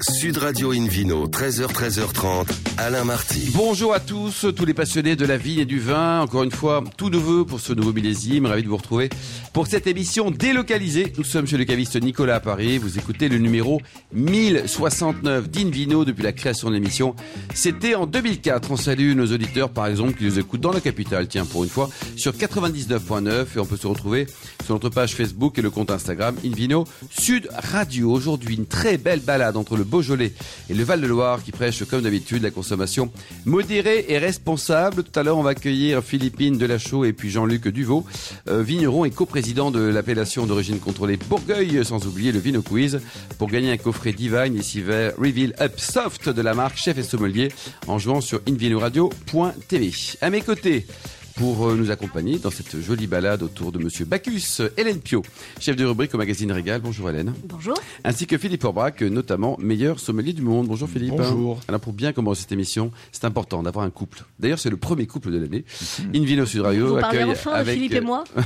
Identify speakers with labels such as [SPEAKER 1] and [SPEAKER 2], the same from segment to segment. [SPEAKER 1] Sud Radio Invino, 13h, 13h30, Alain Marty.
[SPEAKER 2] Bonjour à tous, tous les passionnés de la vigne et du vin. Encore une fois, tout nouveau pour ce nouveau millésime. Ravi de vous retrouver pour cette émission délocalisée. Nous sommes chez le caviste Nicolas à Paris. Vous écoutez le numéro 1069 d'Invino depuis la création de l'émission. C'était en 2004. On salue nos auditeurs, par exemple, qui nous écoutent dans la capitale, tiens, pour une fois, sur 99.9. Et on peut se retrouver sur notre page Facebook et le compte Instagram Invino Sud Radio. Aujourd'hui, une très belle balade entre le Beaujolais et le Val-de-Loire qui prêche, comme d'habitude, la consommation modérée et responsable. Tout à l'heure, on va accueillir Philippine Delachaux et puis Jean-Luc Duvaux, euh, vigneron et coprésident de l'appellation d'origine contrôlée Bourgueil, sans oublier le Vino Quiz, pour gagner un coffret Divine et Civer Reveal Up Soft de la marque Chef et Sommelier en jouant sur invinoradio.tv. À mes côtés, pour euh, nous accompagner dans cette jolie balade autour de Monsieur Bacchus, euh, Hélène Pio, chef de rubrique au magazine Régal. Bonjour Hélène.
[SPEAKER 3] Bonjour.
[SPEAKER 2] Ainsi que Philippe Orbach, euh, notamment meilleur sommelier du monde. Bonjour Philippe.
[SPEAKER 4] Bonjour.
[SPEAKER 2] Alors pour bien commencer cette émission, c'est important d'avoir un couple. D'ailleurs, c'est le premier couple de l'année. Invino Sud Radio
[SPEAKER 3] Vous parlez
[SPEAKER 2] accueille
[SPEAKER 3] enfin de
[SPEAKER 2] avec
[SPEAKER 3] Philippe
[SPEAKER 2] euh,
[SPEAKER 3] et moi Non,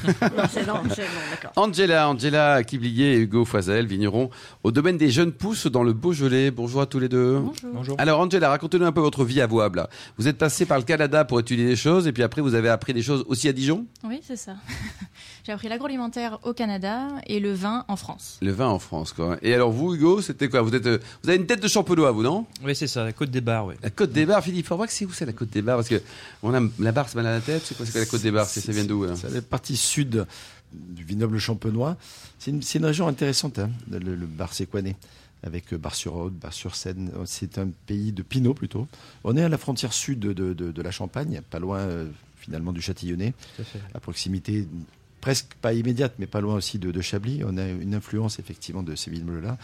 [SPEAKER 3] c'est non, c'est non, d'accord.
[SPEAKER 2] Angela, Angela Kiblier et Hugo Foisel, vignerons au domaine des jeunes pousses dans le Beaujolais. Bonjour à tous les deux.
[SPEAKER 5] Ah,
[SPEAKER 4] Bonjour.
[SPEAKER 2] Alors Angela, racontez-nous un peu votre vie à Voab. là. Vous êtes passé par le Canada pour étudier des choses et puis après vous avez appris des choses aussi à Dijon
[SPEAKER 6] Oui, c'est ça. J'ai appris l'agroalimentaire au Canada et le vin en France.
[SPEAKER 2] Le vin en France, quoi. Et alors vous, Hugo, c'était quoi vous, êtes, euh, vous avez une tête de champenois, vous, non
[SPEAKER 4] Oui, c'est ça, la Côte des Bars, oui.
[SPEAKER 2] La Côte des Bars, Philippe Forbach, c'est où c'est la Côte des Bars Parce que on a la barre, c'est mal à la tête. C'est quoi, c'est quoi la Côte des Bars C'est- Ça vient d'où hein
[SPEAKER 5] C'est la partie sud du vignoble champenois. C'est une, c'est une région intéressante, hein, le, le Bar-Séquanais, avec euh, Bar-sur-Aude, Bar-sur-Seine. Euh, C'est un pays de Pinot plutôt. On est à la frontière sud de, de- de la Champagne, pas loin euh, finalement du Châtillonnais,
[SPEAKER 4] Tout à fait.
[SPEAKER 5] à proximité presque pas immédiate, mais pas loin aussi de, de Chablis. On a une influence effectivement de ces vignobles-là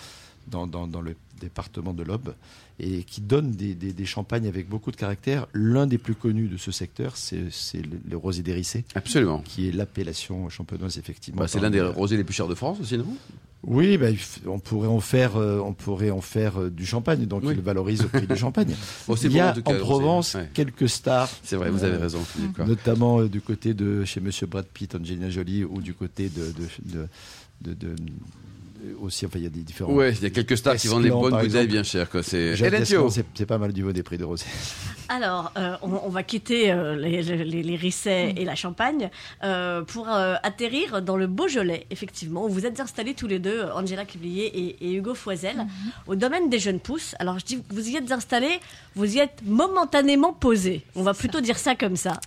[SPEAKER 5] dans, dans- dans le département de l'Aube et qui donne des, des- des champagnes avec beaucoup de caractère. L'un des plus connus de ce secteur, c'est c'est le, le rosé d'Hérissé
[SPEAKER 2] Absolument.
[SPEAKER 5] qui est l'appellation champenoise effectivement.
[SPEAKER 2] Bah, c'est l'un des
[SPEAKER 5] Parmi-
[SPEAKER 2] rosés les plus chers de France aussi, non
[SPEAKER 5] Oui, bah, il f- on pourrait en faire, euh, on pourrait en faire euh, du champagne, donc
[SPEAKER 2] Oui.
[SPEAKER 5] il valorise au prix du champagne.
[SPEAKER 2] Oh, c'est
[SPEAKER 5] il y
[SPEAKER 2] bon,
[SPEAKER 5] a
[SPEAKER 2] en tout cas, le rosé.
[SPEAKER 5] Provence
[SPEAKER 2] Ouais.
[SPEAKER 5] quelques stars,
[SPEAKER 2] C'est vrai, vous avez raison, Philippe. quoi.
[SPEAKER 5] notamment euh, du côté de chez Monsieur Brad Pitt, Angelina Jolie, ou du côté de, de, de- de- de- de- aussi, enfin il y a des différents.
[SPEAKER 2] Ouais, il y a quelques stars qui vendent des
[SPEAKER 5] Esclan,
[SPEAKER 2] bonnes
[SPEAKER 5] par
[SPEAKER 2] bouteilles
[SPEAKER 5] exemple.
[SPEAKER 2] bien chères. quoi. C'est
[SPEAKER 5] Jacques
[SPEAKER 2] Hélène
[SPEAKER 5] Gascon,
[SPEAKER 2] Thio.
[SPEAKER 5] c'est c'est pas mal du haut des prix de rosé.
[SPEAKER 3] Alors, euh, on, on va quitter euh, les, les, les Rissais et la Champagne euh, pour euh, atterrir dans le Beaujolais, effectivement, où vous êtes installés tous les deux, Angela Cublier et, et Hugo Foisel, au domaine des jeunes pousses. Alors, je dis, vous y êtes installés, vous y êtes momentanément posés. On va plutôt dire ça comme ça.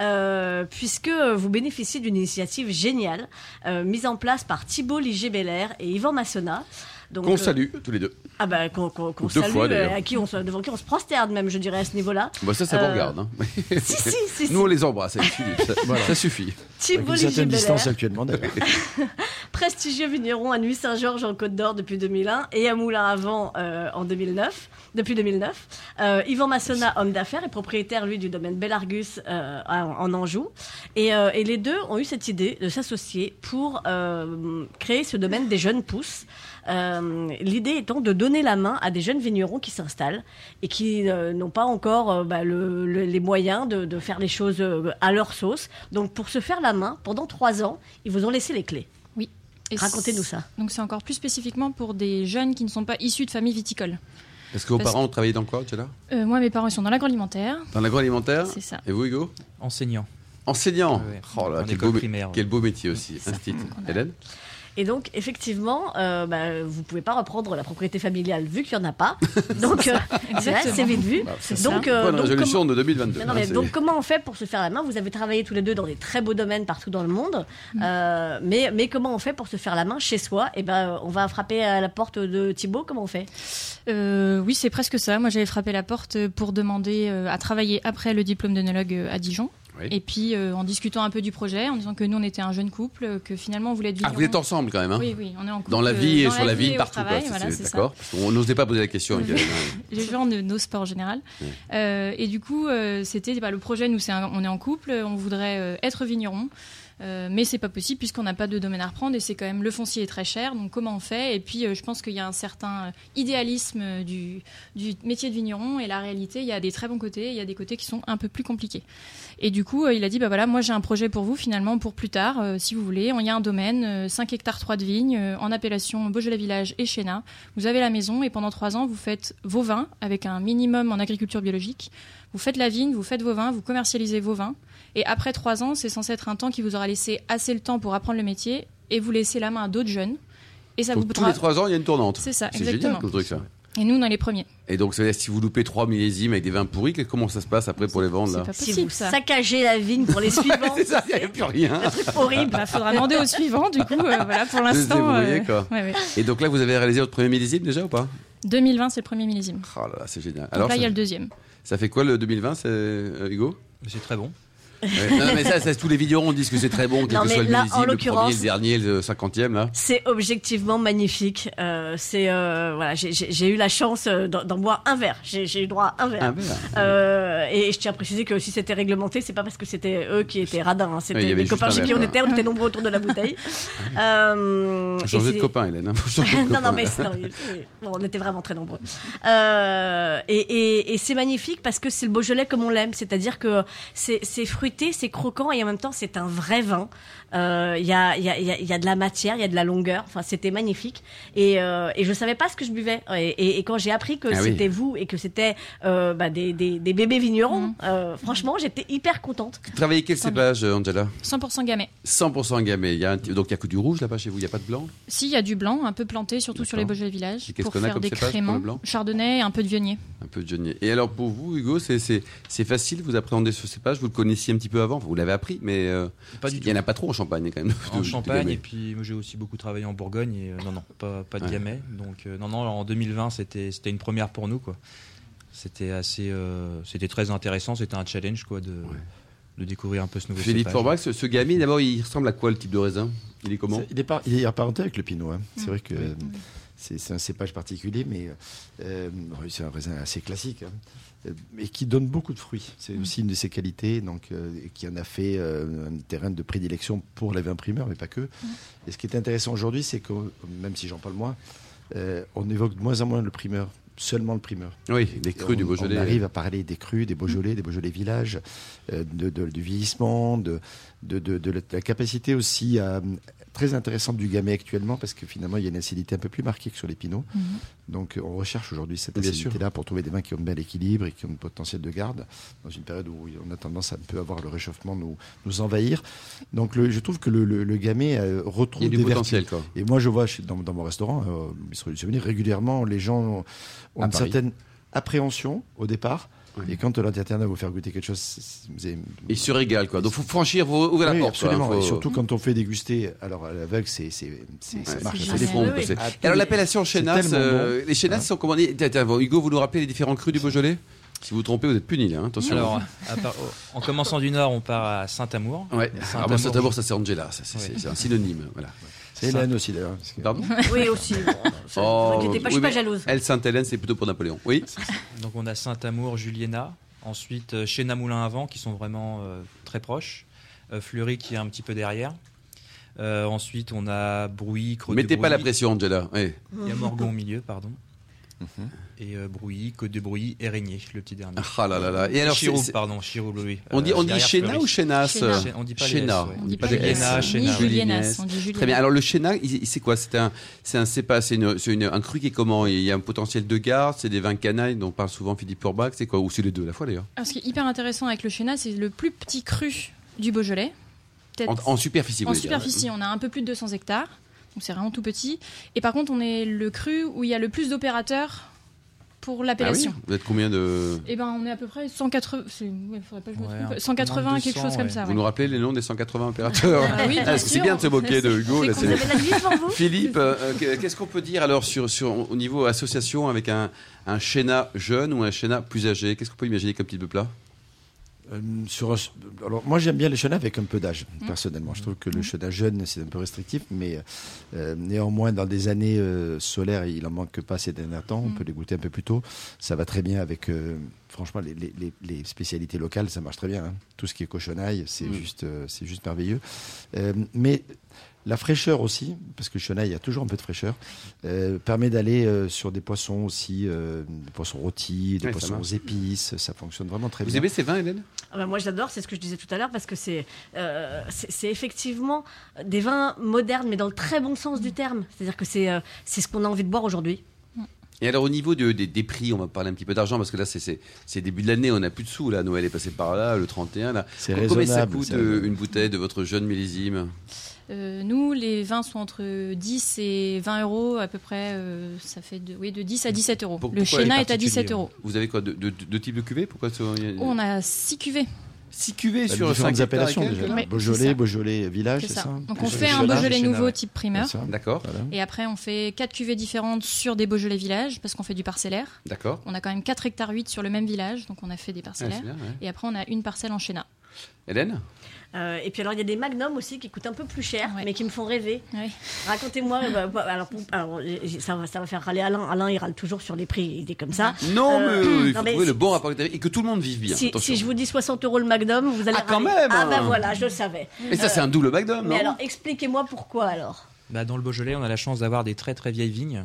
[SPEAKER 3] Euh, puisque vous bénéficiez d'une initiative géniale euh, mise en place par Thibault Ligier-Belair et Yvan Massona. Donc,
[SPEAKER 2] Qu'on
[SPEAKER 3] euh,
[SPEAKER 2] salue tous les deux.
[SPEAKER 3] Ah bah, qu'on qu'on- qu'on
[SPEAKER 2] Deux
[SPEAKER 3] salue,
[SPEAKER 2] fois,
[SPEAKER 3] euh,
[SPEAKER 2] d'ailleurs.
[SPEAKER 3] à qui on se, devant qui on se prosterne même, je dirais, à ce niveau-là.
[SPEAKER 2] Bah, ça, ça vous
[SPEAKER 3] Euh,
[SPEAKER 2] regarde. hein.
[SPEAKER 3] si, si, si, si.
[SPEAKER 2] Nous, on les embrasse avec Philippe. Ça,
[SPEAKER 5] Voilà.
[SPEAKER 2] ça suffit.
[SPEAKER 5] Avec
[SPEAKER 3] Thibault
[SPEAKER 5] une certaine distance
[SPEAKER 3] Ligier-Belair,
[SPEAKER 5] actuellement d'ailleurs.
[SPEAKER 3] prestigieux vigneron à Nuit-Saint-Georges en Côte d'Or depuis 2001 et à Moulin-Avant euh, en 2009, depuis 2009. Euh, Yvan Massona, homme d'affaires et propriétaire, lui, du domaine Belargus euh, à- en Anjou. Et, euh, et les deux ont eu cette idée de s'associer pour euh, créer ce domaine des jeunes pousses. Euh, L'idée étant de donner la main à des jeunes vignerons qui s'installent et qui euh, n'ont pas encore euh, bah, le- le- les moyens de, de faire les choses euh, à leur sauce. Donc pour se faire la main, pendant trois ans, ils vous ont laissé les clés.
[SPEAKER 6] Et
[SPEAKER 3] Racontez-nous
[SPEAKER 6] c'est-
[SPEAKER 3] ça.
[SPEAKER 6] Donc c'est encore plus spécifiquement pour des jeunes qui ne sont pas issus de familles viticoles.
[SPEAKER 2] Parce que vos
[SPEAKER 6] Parce-
[SPEAKER 2] parents ont travaillé dans quoi, Angela
[SPEAKER 6] Euh, moi, mes parents ils sont dans l'agroalimentaire.
[SPEAKER 2] Dans l'agroalimentaire
[SPEAKER 6] C'est ça.
[SPEAKER 2] Et vous, Hugo
[SPEAKER 4] Enseignant.
[SPEAKER 2] Enseignant.
[SPEAKER 4] Ouais, ouais.
[SPEAKER 2] Oh là,
[SPEAKER 4] En
[SPEAKER 2] quel
[SPEAKER 4] école
[SPEAKER 2] beau, mé-
[SPEAKER 4] primaire.
[SPEAKER 2] quel beau métier aussi. Instit. Hélène
[SPEAKER 3] Et donc, effectivement, euh, bah, vous pouvez pas reprendre la propriété familiale vu qu'il n'y en a pas. Donc, euh, c'est vrai,
[SPEAKER 6] Exactement. Bah,
[SPEAKER 3] c'est vite
[SPEAKER 2] Ah,
[SPEAKER 3] vu.
[SPEAKER 6] c'est
[SPEAKER 3] donc, euh,
[SPEAKER 2] Bonne
[SPEAKER 3] donc,
[SPEAKER 2] résolution
[SPEAKER 3] comment-
[SPEAKER 2] de 2022.
[SPEAKER 3] Mais non, mais
[SPEAKER 2] hein, c'est-
[SPEAKER 3] donc comment on fait pour se faire la main Vous avez travaillé tous les deux dans des très beaux domaines partout dans le monde,
[SPEAKER 6] Mm.
[SPEAKER 3] Euh, mais, mais comment on fait pour se faire la main chez soi Eh ben, euh, on va frapper à la porte de Thibaut. Comment on fait
[SPEAKER 6] Euh, oui, c'est presque ça. Moi, j'avais frappé la porte pour demander euh, à travailler après le diplôme d'œnologue euh, à Dijon.
[SPEAKER 2] Oui.
[SPEAKER 6] Et puis, euh, en discutant un peu du projet, en disant que nous, on était un jeune couple, euh, que finalement, on voulait être
[SPEAKER 2] Ah,
[SPEAKER 6] vigneron.
[SPEAKER 2] vous êtes ensemble quand même. hein
[SPEAKER 6] Oui, oui, on est en couple.
[SPEAKER 2] Dans la vie
[SPEAKER 6] euh,
[SPEAKER 2] et
[SPEAKER 6] dans
[SPEAKER 2] sur la
[SPEAKER 6] vie
[SPEAKER 2] vie,
[SPEAKER 6] et au
[SPEAKER 2] partout.
[SPEAKER 6] travail,
[SPEAKER 2] quoi,
[SPEAKER 6] voilà,
[SPEAKER 2] c'est-
[SPEAKER 6] c'est ça. Mm.
[SPEAKER 2] D'accord Parce qu'on- On n'osait pas poser la question. avec Hélène, hein.
[SPEAKER 6] Les gens ne- n'osent pas en général.
[SPEAKER 2] Ouais.
[SPEAKER 6] Euh, et du coup, euh, c'était bah, le projet, nous, c'est un- on est en couple, on voudrait euh, être vigneron. Euh, mais c'est pas possible puisqu'on n'a pas de domaine à reprendre et c'est quand même le foncier est très cher. Donc comment on fait Et puis euh, je pense qu'il y a un certain euh, idéalisme euh, du, du métier de vigneron et la réalité, il y a des très bons côtés, il y a des côtés qui sont un peu plus compliqués. Et du coup, euh, il a dit bah voilà, moi j'ai un projet pour vous finalement pour plus tard, euh, si vous voulez. On- Il y a un domaine, euh, 5 hectares 3 de vignes, euh, en appellation Beaujolais Village et Chéna. Vous avez la maison et pendant 3 ans, vous faites vos vins avec un minimum en agriculture biologique. Vous faites la vigne, vous faites vos vins, vous commercialisez vos vins. Et après 3 ans, c'est censé être un temps qui vous aura laissé assez le temps pour apprendre le métier et vous laissez la main à d'autres jeunes. Et ça vous
[SPEAKER 2] Donc, tous les
[SPEAKER 6] coûtera.
[SPEAKER 2] trois ans, il y a une tournante.
[SPEAKER 6] C'est ça,
[SPEAKER 2] C'est génial
[SPEAKER 6] exactement.
[SPEAKER 2] comme truc, ça.
[SPEAKER 6] Et nous, on est les premiers.
[SPEAKER 2] Et donc, ça veut dire si vous loupez trois millésimes avec des vins pourris, que- comment ça se passe après pour les vendre
[SPEAKER 6] C'est
[SPEAKER 2] là
[SPEAKER 6] pas
[SPEAKER 3] Si
[SPEAKER 6] possible
[SPEAKER 3] vous
[SPEAKER 6] ça.
[SPEAKER 3] saccagez la vigne pour les suivants,
[SPEAKER 2] C'est ça, il n'y a plus rien.
[SPEAKER 3] c'est horrible.
[SPEAKER 6] Bah, faudra demander au suivant, du coup, euh, voilà, pour
[SPEAKER 2] De se
[SPEAKER 6] l'instant. euh,
[SPEAKER 2] débrouiller, quoi.
[SPEAKER 6] ouais, ouais.
[SPEAKER 2] Et donc là, vous avez réalisé votre premier millésime déjà ou pas
[SPEAKER 6] 2020, c'est le premier millésime.
[SPEAKER 2] Oh là là, c'est génial.
[SPEAKER 6] Alors,
[SPEAKER 2] Alors,
[SPEAKER 6] là, il y a
[SPEAKER 2] ça,
[SPEAKER 6] le deuxième.
[SPEAKER 2] ça fait quoi le 2020, c'est euh, Hugo
[SPEAKER 4] C'est très bon.
[SPEAKER 2] Ouais. Non, mais ça, ça, tous les vignerons disent que c'est très bon, quel
[SPEAKER 3] Non,
[SPEAKER 2] que
[SPEAKER 3] mais
[SPEAKER 2] soit le
[SPEAKER 3] là, en
[SPEAKER 2] millésime, le premier,
[SPEAKER 3] l'occurrence-
[SPEAKER 2] le dernier, le cinquantième, là.
[SPEAKER 3] C'est objectivement magnifique. Euh, c'est euh, voilà, j'ai- j'ai j'ai eu la chance euh, d'en d'en boire un verre. J'ai j'ai eu droit à un verre.
[SPEAKER 2] Ah, ben,
[SPEAKER 3] Euh, et je tiens à préciser que si c'était réglementé, c'est pas parce que c'était eux qui étaient radins, hein.
[SPEAKER 2] Oui, il y
[SPEAKER 3] c'était
[SPEAKER 2] avait
[SPEAKER 3] les copains
[SPEAKER 2] juste un
[SPEAKER 3] chez qui on
[SPEAKER 2] verre,
[SPEAKER 3] était, on était nombreux autour de la bouteille. euh, et
[SPEAKER 2] Changer de
[SPEAKER 3] c'est-
[SPEAKER 2] copain, Hélène. hein. Faut changer de
[SPEAKER 3] non,
[SPEAKER 2] copain.
[SPEAKER 3] non, mais c'est- non, mais c'est- bon, on était vraiment très nombreux. Euh, et et, et c'est magnifique parce que c'est le Beaujolais comme on l'aime, c'est-à-dire que c'est c'est fruité, c'est croquant et en même temps c'est un vrai vin. Euh, Il y, a, il y, a, il y a- il y a de la matière, il y a de la longueur, enfin c'était magnifique. Et, euh, et je savais pas ce que je buvais. Et, et- et quand j'ai appris que
[SPEAKER 2] Ah oui.
[SPEAKER 3] c'était vous et que c'était euh, bah, des, des, des bébés vignerons,
[SPEAKER 6] Mhm.
[SPEAKER 3] euh, franchement j'étais hyper contente.
[SPEAKER 2] Travailler quel cépage, euh, Angela
[SPEAKER 6] 100% gamay.
[SPEAKER 2] 100% gamay. Il y a un t- donc il n'y a que du rouge là-bas chez vous, il n'y a pas de blanc
[SPEAKER 6] Si, il y a du blanc, un peu planté, surtout sur les
[SPEAKER 2] D'accord.
[SPEAKER 6] Beaujolais village,
[SPEAKER 2] Et qu'est-ce
[SPEAKER 6] pour
[SPEAKER 2] qu'on a
[SPEAKER 6] faire
[SPEAKER 2] comme
[SPEAKER 6] des
[SPEAKER 2] cépage pour le
[SPEAKER 6] créments,
[SPEAKER 2] blanc
[SPEAKER 6] chardonnay et un peu de vionnier.
[SPEAKER 2] Un peu de Johnny. Et alors pour vous, Hugo, c'est- c'est c'est facile, vous appréhendez ce cépage, vous le connaissiez un petit peu avant, vous l'avez appris, mais euh,
[SPEAKER 4] Pas du
[SPEAKER 2] il n'y
[SPEAKER 4] tout.
[SPEAKER 2] en a pas trop en Champagne quand même. de-
[SPEAKER 4] En
[SPEAKER 2] de
[SPEAKER 4] Champagne,
[SPEAKER 2] gamay.
[SPEAKER 4] et puis moi, j'ai aussi beaucoup travaillé en Bourgogne, et euh, non, non, pas, pas de
[SPEAKER 2] Ouais.
[SPEAKER 4] gamay. Donc, euh, non, non, en 2020, c'était c'était une première pour nous, quoi. C'était assez. euh, c'était très intéressant, c'était un challenge, quoi, de, de découvrir un peu ce nouveau
[SPEAKER 2] Philippe
[SPEAKER 4] cépage.
[SPEAKER 2] Forbrac, ce, ce gamay, d'abord, il ressemble à quoi le type de raisin Il est comment
[SPEAKER 5] C'est- Il est, par- il est apparenté avec le pinot. hein. C'est
[SPEAKER 6] Mm.
[SPEAKER 5] vrai que euh, c'est c'est un cépage particulier, mais euh, oui, c'est un raisin assez classique, hein, euh, mais qui donne beaucoup de fruits. C'est aussi une de ses qualités, donc euh, et qui en a fait euh, un terrain de prédilection pour les vins primeurs, mais pas que. Et ce qui est intéressant aujourd'hui, c'est que même si j'en parle moins, euh, on évoque de moins en moins le primeur, seulement le primeur.
[SPEAKER 2] Oui, les crus
[SPEAKER 5] on,
[SPEAKER 2] du Beaujolais.
[SPEAKER 5] On arrive à parler des crus, des Beaujolais, des Beaujolais villages, euh, de, de- du vieillissement, de, de, de- de la- de la capacité aussi à- très intéressante du gamay actuellement, parce que finalement, il y a une acidité un peu plus marquée que sur les pinots.
[SPEAKER 6] Mhm.
[SPEAKER 5] Donc, euh, on recherche aujourd'hui cette
[SPEAKER 2] Bien sûr.
[SPEAKER 5] acidité-là pour trouver des vins qui ont de bel équilibre et qui ont de potentiel de garde, dans une période où on a tendance à un peu avoir le réchauffement nous, nous envahir. Donc, le- je trouve que le, le- le gamay euh, retrouve
[SPEAKER 2] Il y a du
[SPEAKER 5] des vertus.
[SPEAKER 2] potentiel, quoi.
[SPEAKER 5] Et moi, je vois chez- dans, dans mon restaurant, euh, mes Solutions Souvenirs, régulièrement, les gens ont, ont
[SPEAKER 2] À
[SPEAKER 5] une
[SPEAKER 2] Paris.
[SPEAKER 5] certaine appréhension au départ.
[SPEAKER 2] Oui.
[SPEAKER 5] Et quand l'interne va vous faire goûter quelque chose, c'est- c'est- vous avez-
[SPEAKER 2] Il se régale, quoi. Donc, faut franchir, faut ouvrir la
[SPEAKER 5] Oui,
[SPEAKER 2] porte. quoi, hein,
[SPEAKER 5] absolument.
[SPEAKER 2] faut-
[SPEAKER 5] Et surtout quand on fait déguster, alors à l'aveugle, c'est, c'est, c'est- ça
[SPEAKER 2] Ouais,
[SPEAKER 5] marche
[SPEAKER 6] c'est
[SPEAKER 2] ça
[SPEAKER 5] assez vite.
[SPEAKER 6] jamais-
[SPEAKER 2] défonce,
[SPEAKER 6] oui,
[SPEAKER 2] quoi,
[SPEAKER 6] oui.
[SPEAKER 2] c'est-
[SPEAKER 5] Ah,
[SPEAKER 2] Alors
[SPEAKER 5] tout-
[SPEAKER 2] l'appellation
[SPEAKER 5] c'est
[SPEAKER 2] Chenas,
[SPEAKER 5] tellement Hein.
[SPEAKER 2] euh, les Chenas sont commandés. Tiens, tiens, bon, Hugo, vous nous rappelez les différents crus du Beaujolais Si vous vous trompez, vous êtes puni, là, hein, attention.
[SPEAKER 4] Alors, à part- oh, en commençant du nord, on part à Saint-Amour.
[SPEAKER 2] Ouais.
[SPEAKER 4] Saint-Amour.
[SPEAKER 2] Ah, bah, ça, d'abord, ça c'est Angela, ça, c'est
[SPEAKER 4] Oui.
[SPEAKER 2] c'est- c'est un synonyme. Voilà.
[SPEAKER 5] C'est Hélène aussi d'ailleurs. hein, parce que-
[SPEAKER 2] Pardon
[SPEAKER 3] Oui aussi. Bon, ça-
[SPEAKER 2] Oh,
[SPEAKER 3] vous inquiétez pas,
[SPEAKER 2] oui,
[SPEAKER 3] je suis pas
[SPEAKER 2] mais-
[SPEAKER 3] jalouse.
[SPEAKER 2] Elle, Sainte-Hélène, c'est plutôt pour Napoléon. Oui
[SPEAKER 4] Donc on a Saint-Amour, Juliena, ensuite euh, Chéna Moulin avant qui sont vraiment euh, très proches, Euh, Fleury qui est un petit peu derrière. Euh, ensuite on a Brouilly, Côte
[SPEAKER 2] Mettez
[SPEAKER 4] de
[SPEAKER 2] pas la
[SPEAKER 4] Brouilly.
[SPEAKER 2] pression, Angela. Oui.
[SPEAKER 4] Il y a Morgon au milieu, pardon. Et euh, Brouilly, Côte de Brouilly et Régnier, le petit dernier.
[SPEAKER 2] Ah là là là. Et alors,
[SPEAKER 4] Chiroux,
[SPEAKER 2] c'est- c'est-
[SPEAKER 4] pardon, Chiroux, oui.
[SPEAKER 2] on dit,
[SPEAKER 4] Euh,
[SPEAKER 2] on dit
[SPEAKER 4] derrière
[SPEAKER 2] Chéna
[SPEAKER 4] Fleury.
[SPEAKER 2] ou Chenas
[SPEAKER 6] Chénas.
[SPEAKER 4] Chéna, On dit pas les
[SPEAKER 2] Chéna.
[SPEAKER 4] S, ouais.
[SPEAKER 6] On dit
[SPEAKER 4] pas
[SPEAKER 6] pas
[SPEAKER 4] de
[SPEAKER 6] les
[SPEAKER 4] Chéna,
[SPEAKER 6] S, ni
[SPEAKER 4] Chéna.
[SPEAKER 6] Julienas, on dit
[SPEAKER 2] Très bien.
[SPEAKER 6] Julienas.
[SPEAKER 2] Alors le Chéna, il- il- c'est quoi C'est un, c'est un cépage, c'est une- c'est une- un cru qui est comment Il y a un potentiel de garde, c'est des vins canailles dont parle souvent Philippe Urbach, c'est quoi Ou c'est les deux à la fois d'ailleurs
[SPEAKER 6] Alors, ce qui est hyper intéressant avec le Chéna, c'est le plus petit cru du Beaujolais. Peut-être
[SPEAKER 2] en, en euh, superficie, vous
[SPEAKER 6] En
[SPEAKER 2] voulez dire. Ah
[SPEAKER 6] superficie, on a un peu plus de 200 hectares, donc c'est vraiment tout petit. Et par contre, on est le cru où il y a le plus d'opérateurs pour
[SPEAKER 2] Ah oui
[SPEAKER 6] l'appellation.
[SPEAKER 2] Vous êtes combien de...
[SPEAKER 6] Eh ben, on est à peu près 180, c'est- ouais, faudrait pas que je me
[SPEAKER 4] Ouais,
[SPEAKER 6] trompe,
[SPEAKER 4] un peu
[SPEAKER 6] 180
[SPEAKER 4] moins de
[SPEAKER 6] quelque
[SPEAKER 4] 200,
[SPEAKER 6] chose comme
[SPEAKER 4] ouais.
[SPEAKER 6] ça.
[SPEAKER 2] Vous
[SPEAKER 6] Ah ouais.
[SPEAKER 2] nous rappelez les noms des 180 opérateurs
[SPEAKER 6] Ah oui, bien
[SPEAKER 2] Ah, C'est
[SPEAKER 6] sûr.
[SPEAKER 2] bien de se moquer de Hugo. là,
[SPEAKER 6] C'est
[SPEAKER 2] c'est-
[SPEAKER 3] Vous avez la vie devant vous
[SPEAKER 2] Philippe, euh, euh, qu'est-ce qu'on peut dire alors sur, sur, au niveau association avec un, un Chéna jeune ou un Chéna plus âgé Qu'est-ce qu'on peut imaginer comme type de plat
[SPEAKER 5] Euh, sur un ch- alors moi j'aime bien les chenats avec un peu d'âge
[SPEAKER 2] Mmh.
[SPEAKER 5] personnellement. Je trouve que le chenat jeune c'est un peu restrictif, mais euh, néanmoins dans des années euh, solaires il en manque pas ces derniers temps. On
[SPEAKER 2] Mmh.
[SPEAKER 6] Mm.
[SPEAKER 5] peut les goûter un peu plus tôt. Ça va très bien avec euh, franchement les, les- les- les spécialités locales ça marche très bien. hein. Tout ce qui est cochonaille c'est
[SPEAKER 2] Mm.
[SPEAKER 5] juste euh, c'est juste merveilleux. Euh, mais la fraîcheur aussi, parce que le chenail, il y a toujours un peu de fraîcheur, euh, permet d'aller euh, sur des poissons aussi, euh, des poissons rôtis, des
[SPEAKER 2] Ouais, ça
[SPEAKER 5] poissons
[SPEAKER 2] marche.
[SPEAKER 5] aux épices, ça fonctionne vraiment très
[SPEAKER 2] Vous
[SPEAKER 5] bien.
[SPEAKER 2] aimez ces vins, Hélène
[SPEAKER 3] Ah bah, moi, j'adore, c'est ce que je disais tout à l'heure, parce que c'est euh, c'est c'est effectivement des vins modernes, mais dans le très bon sens du terme. C'est-à-dire que c'est euh, c'est ce qu'on a envie de boire aujourd'hui.
[SPEAKER 2] Et alors au niveau de- des, des prix, on va parler un petit peu d'argent parce que là c'est- c'est c'est début de l'année, on n'a plus de sous là. Noël est passé par là, le 31 là.
[SPEAKER 5] C'est
[SPEAKER 2] Combien ça
[SPEAKER 5] raisonnable.
[SPEAKER 2] coûte
[SPEAKER 5] ça-
[SPEAKER 2] euh, une bouteille de votre jeune millésime
[SPEAKER 6] Euh, nous, les vins sont entre 10 et 20 euros à peu près. euh, ça fait de, oui, de 10 à 17 euros.
[SPEAKER 2] Pour-
[SPEAKER 6] le
[SPEAKER 2] pourquoi les hein
[SPEAKER 6] Chéna est à
[SPEAKER 4] particuliers,
[SPEAKER 6] 17 euros.
[SPEAKER 2] Vous avez quoi Deux de, de, types de cuvées Pourquoi ce- il y a-
[SPEAKER 6] On a 6 cuvées.
[SPEAKER 2] six cuvées
[SPEAKER 5] Bah,
[SPEAKER 2] sur
[SPEAKER 5] différentes
[SPEAKER 2] cinq hectares et
[SPEAKER 5] appellations
[SPEAKER 2] quelques,
[SPEAKER 5] déjà.
[SPEAKER 2] là
[SPEAKER 6] Oui, c'est
[SPEAKER 5] Beaujolais,
[SPEAKER 6] ça.
[SPEAKER 5] Beaujolais village,
[SPEAKER 6] c'est
[SPEAKER 5] c'est ça,
[SPEAKER 6] Donc on
[SPEAKER 4] Beaujolais
[SPEAKER 6] fait un
[SPEAKER 4] Chenin,
[SPEAKER 6] Beaujolais
[SPEAKER 4] Chenin,
[SPEAKER 6] nouveau
[SPEAKER 4] ouais.
[SPEAKER 6] type primeur.
[SPEAKER 5] C'est ça.
[SPEAKER 2] D'accord,
[SPEAKER 5] Voilà.
[SPEAKER 6] Et après, on fait 4 cuvées différentes sur des Beaujolais villages parce qu'on fait du parcellaire.
[SPEAKER 2] d'accord.
[SPEAKER 6] On a quand même 4 hectares 8 sur le même village, donc on a fait des
[SPEAKER 2] Ah, c'est bien,
[SPEAKER 6] parcellaires.
[SPEAKER 2] ouais.
[SPEAKER 6] et après, on a une parcelle en Chéna.
[SPEAKER 2] Hélène
[SPEAKER 3] Euh, et puis alors, il y a des magnums aussi qui coûtent un peu plus cher,
[SPEAKER 6] Ouais.
[SPEAKER 3] mais qui me font rêver.
[SPEAKER 6] Ouais.
[SPEAKER 3] Racontez-moi, bah, bah, alors, pour- alors, j'ai- j'ai- ça, va, ça va faire râler Alain. Alain, il râle toujours sur les prix, il est comme ça.
[SPEAKER 2] Non, mais
[SPEAKER 3] Euh,
[SPEAKER 2] euh, il
[SPEAKER 3] non,
[SPEAKER 2] faut
[SPEAKER 3] mais
[SPEAKER 2] trouver
[SPEAKER 3] si-
[SPEAKER 2] le bon rapport avec- et que tout le monde vive bien.
[SPEAKER 3] Si,
[SPEAKER 2] attention.
[SPEAKER 3] si je vous dis 60 euros le magnum, vous allez
[SPEAKER 2] Ah, quand
[SPEAKER 3] râler.
[SPEAKER 2] même,
[SPEAKER 3] Ah
[SPEAKER 2] hein.
[SPEAKER 3] bah voilà, je le savais.
[SPEAKER 2] Et ça c'est un double magnum, non
[SPEAKER 3] Mais alors, expliquez-moi pourquoi alors.
[SPEAKER 4] Bah, dans le Beaujolais, on a la chance d'avoir des très très vieilles vignes.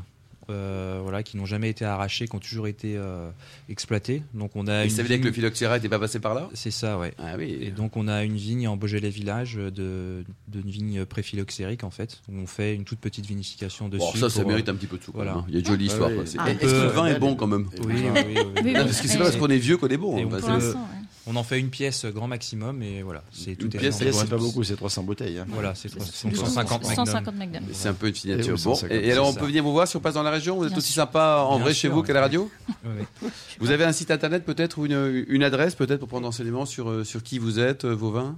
[SPEAKER 4] euh, voilà, qui n'ont jamais été arrachées, qui ont toujours été euh, exploitées. Donc on a
[SPEAKER 2] Et
[SPEAKER 4] une
[SPEAKER 2] ça veut dire
[SPEAKER 4] vigne-
[SPEAKER 2] que le phylloxéra n'était pas passé par là
[SPEAKER 4] C'est ça, ouais.
[SPEAKER 2] Ah oui.
[SPEAKER 4] Et donc on a une vigne en Beaujolais village euh, de d'une vigne préphyloxérique en fait, où on fait une toute petite vinification dessus.
[SPEAKER 2] Bon, ça, ça
[SPEAKER 4] pour, euh,
[SPEAKER 2] mérite un petit peu de sous. quand
[SPEAKER 4] voilà.
[SPEAKER 2] même, hein. Il y a une jolie
[SPEAKER 5] Ah
[SPEAKER 2] histoire.
[SPEAKER 5] oui.
[SPEAKER 2] quoi. C'est-
[SPEAKER 3] Ah,
[SPEAKER 2] Est-ce que le vin est
[SPEAKER 5] belle,
[SPEAKER 2] bon
[SPEAKER 5] elle-
[SPEAKER 2] quand même
[SPEAKER 4] Oui, oui, oui, oui.
[SPEAKER 6] Oui, oui.
[SPEAKER 2] Non, parce que c'est pas
[SPEAKER 6] Ouais.
[SPEAKER 2] parce qu'on est vieux qu'on est bon.
[SPEAKER 4] Et
[SPEAKER 2] hein.
[SPEAKER 4] on
[SPEAKER 2] Bah,
[SPEAKER 6] Pour
[SPEAKER 4] le-
[SPEAKER 2] c'est-
[SPEAKER 6] l'instant, ouais.
[SPEAKER 4] On en fait une pièce grand maximum et voilà, c'est tout
[SPEAKER 2] Une
[SPEAKER 4] est
[SPEAKER 2] pièce,
[SPEAKER 4] fait
[SPEAKER 5] C'est
[SPEAKER 4] en
[SPEAKER 5] c'est
[SPEAKER 4] boîte.
[SPEAKER 5] pas beaucoup, c'est 300 bouteilles. hein.
[SPEAKER 4] Voilà, c'est
[SPEAKER 6] C'est-
[SPEAKER 4] 150 magnum.
[SPEAKER 6] 150 Magnum.
[SPEAKER 2] C'est un peu une
[SPEAKER 5] Et
[SPEAKER 2] signature.
[SPEAKER 5] oui,
[SPEAKER 2] Bon,
[SPEAKER 5] ça, ça
[SPEAKER 2] et,
[SPEAKER 5] compte.
[SPEAKER 2] alors on
[SPEAKER 4] C'est
[SPEAKER 2] peut
[SPEAKER 4] ça.
[SPEAKER 2] venir vous voir si on passe dans la région Vous êtes
[SPEAKER 6] Bien
[SPEAKER 2] aussi sympa en
[SPEAKER 4] Bien
[SPEAKER 2] vrai
[SPEAKER 4] sûr,
[SPEAKER 2] chez vous qu'à la
[SPEAKER 4] ouais.
[SPEAKER 2] radio
[SPEAKER 4] Ouais, ouais.
[SPEAKER 2] Vous avez un site internet peut-être ou une, une adresse peut-être pour prendre renseignement sur, euh, sur qui vous êtes, euh, vos vins